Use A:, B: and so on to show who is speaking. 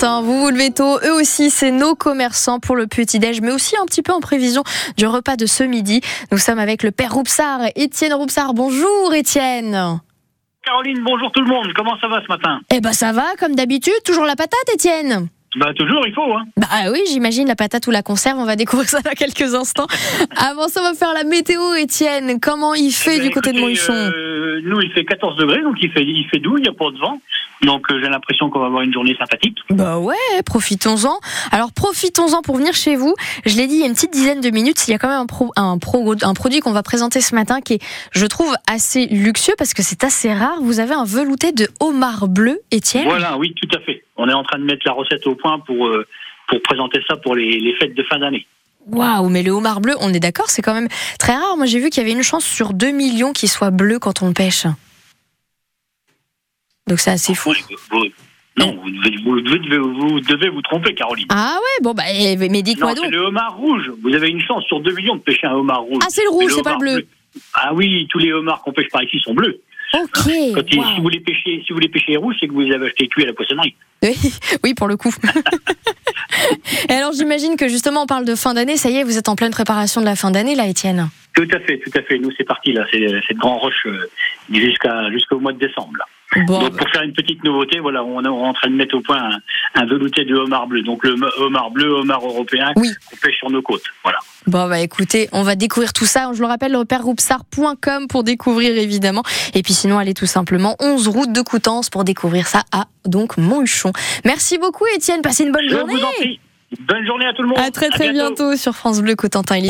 A: Vous vous levez tôt, eux aussi, c'est nos commerçants pour le petit-déj, mais aussi un petit peu en prévision du repas de ce midi. Nous sommes avec le père Roupsard, Étienne Roupsard. Bonjour Étienne
B: Caroline, bonjour tout le monde. Comment ça va ce matin
A: Eh ben ça va, comme d'habitude, toujours la patate Étienne
B: Bah toujours, il faut. Hein.
A: Bah oui, j'imagine la patate ou la conserve, on va découvrir ça dans quelques instants. Avant ça, on va faire la météo Étienne. Comment il fait
B: Eh ben,
A: du côté de
B: écoutez,
A: Montluchon
B: euh, Nous, il fait 14 degrés, donc il fait, il fait doux, il n'y a pas de vent. Donc euh, j'ai l'impression qu'on va avoir une journée sympathique.
A: Bah ouais, profitons-en. Alors profitons-en pour venir chez vous. Je l'ai dit il y a une petite dizaine de minutes, il y a quand même un, pro- un, pro- un produit qu'on va présenter ce matin qui est, je trouve, assez luxueux parce que c'est assez rare. Vous avez un velouté de homard bleu, Étienne.
B: Voilà, oui, tout à fait. On est en train de mettre la recette au point pour, euh, pour présenter ça pour les, les fêtes de fin d'année.
A: Waouh, mais le homard bleu, on est d'accord, c'est quand même très rare. Moi j'ai vu qu'il y avait une chance sur 2 millions qu'il soit bleu quand on le pêche. Donc c'est assez fou. Eh.
B: Vous- vous- non, vous devez vous, devez- vous devez vous tromper, Caroline.
A: Ah ouais, bon bah, eh, mais dites-moi
B: non, c'est
A: donc.
B: le homard rouge. Vous avez une chance sur 2 millions de pêcher un homard rouge.
A: Ah c'est le
B: Mais
A: rouge, c'est pas le
B: homard
A: bleu.
B: Ah oui, tous les homards qu'on pêche par ici sont bleus.
A: Ok.
B: Quand ils-
A: waouh.
B: si, vous les pêchez, si vous les pêchez rouges, c'est que vous les avez achetés cuits à la poissonnerie.
A: Oui, pour le coup. Et alors, j'imagine que justement, on parle de fin d'année. Ça y est, vous êtes en pleine préparation de la fin d'année, là, Étienne.
B: Tout à fait, tout à fait. Nous, c'est parti, là. C'est c'est le grand rush euh, jusqu'à jusqu'au mois de décembre. là.
A: Bon,
B: Donc, pour faire une petite nouveauté, voilà, on est on est en train de mettre au point un, un velouté de homard bleu. Donc, le mo- homard bleu, homard européen
A: Oui.
B: qu'on pêche sur nos côtes. Voilà.
A: bon, bah écoutez, on va découvrir tout ça. Je le rappelle, repèreroupsart.com pour découvrir évidemment. Et puis sinon, allez tout simplement 11 route de Coutances pour découvrir ça à donc Monthuchon. Merci beaucoup, Étienne. Passez une bonne
B: Je
A: journée.
B: vous en prie. Bonne journée à tout le monde.
A: À très très
B: bientôt.
A: bientôt sur France Bleu Cotentin. Il est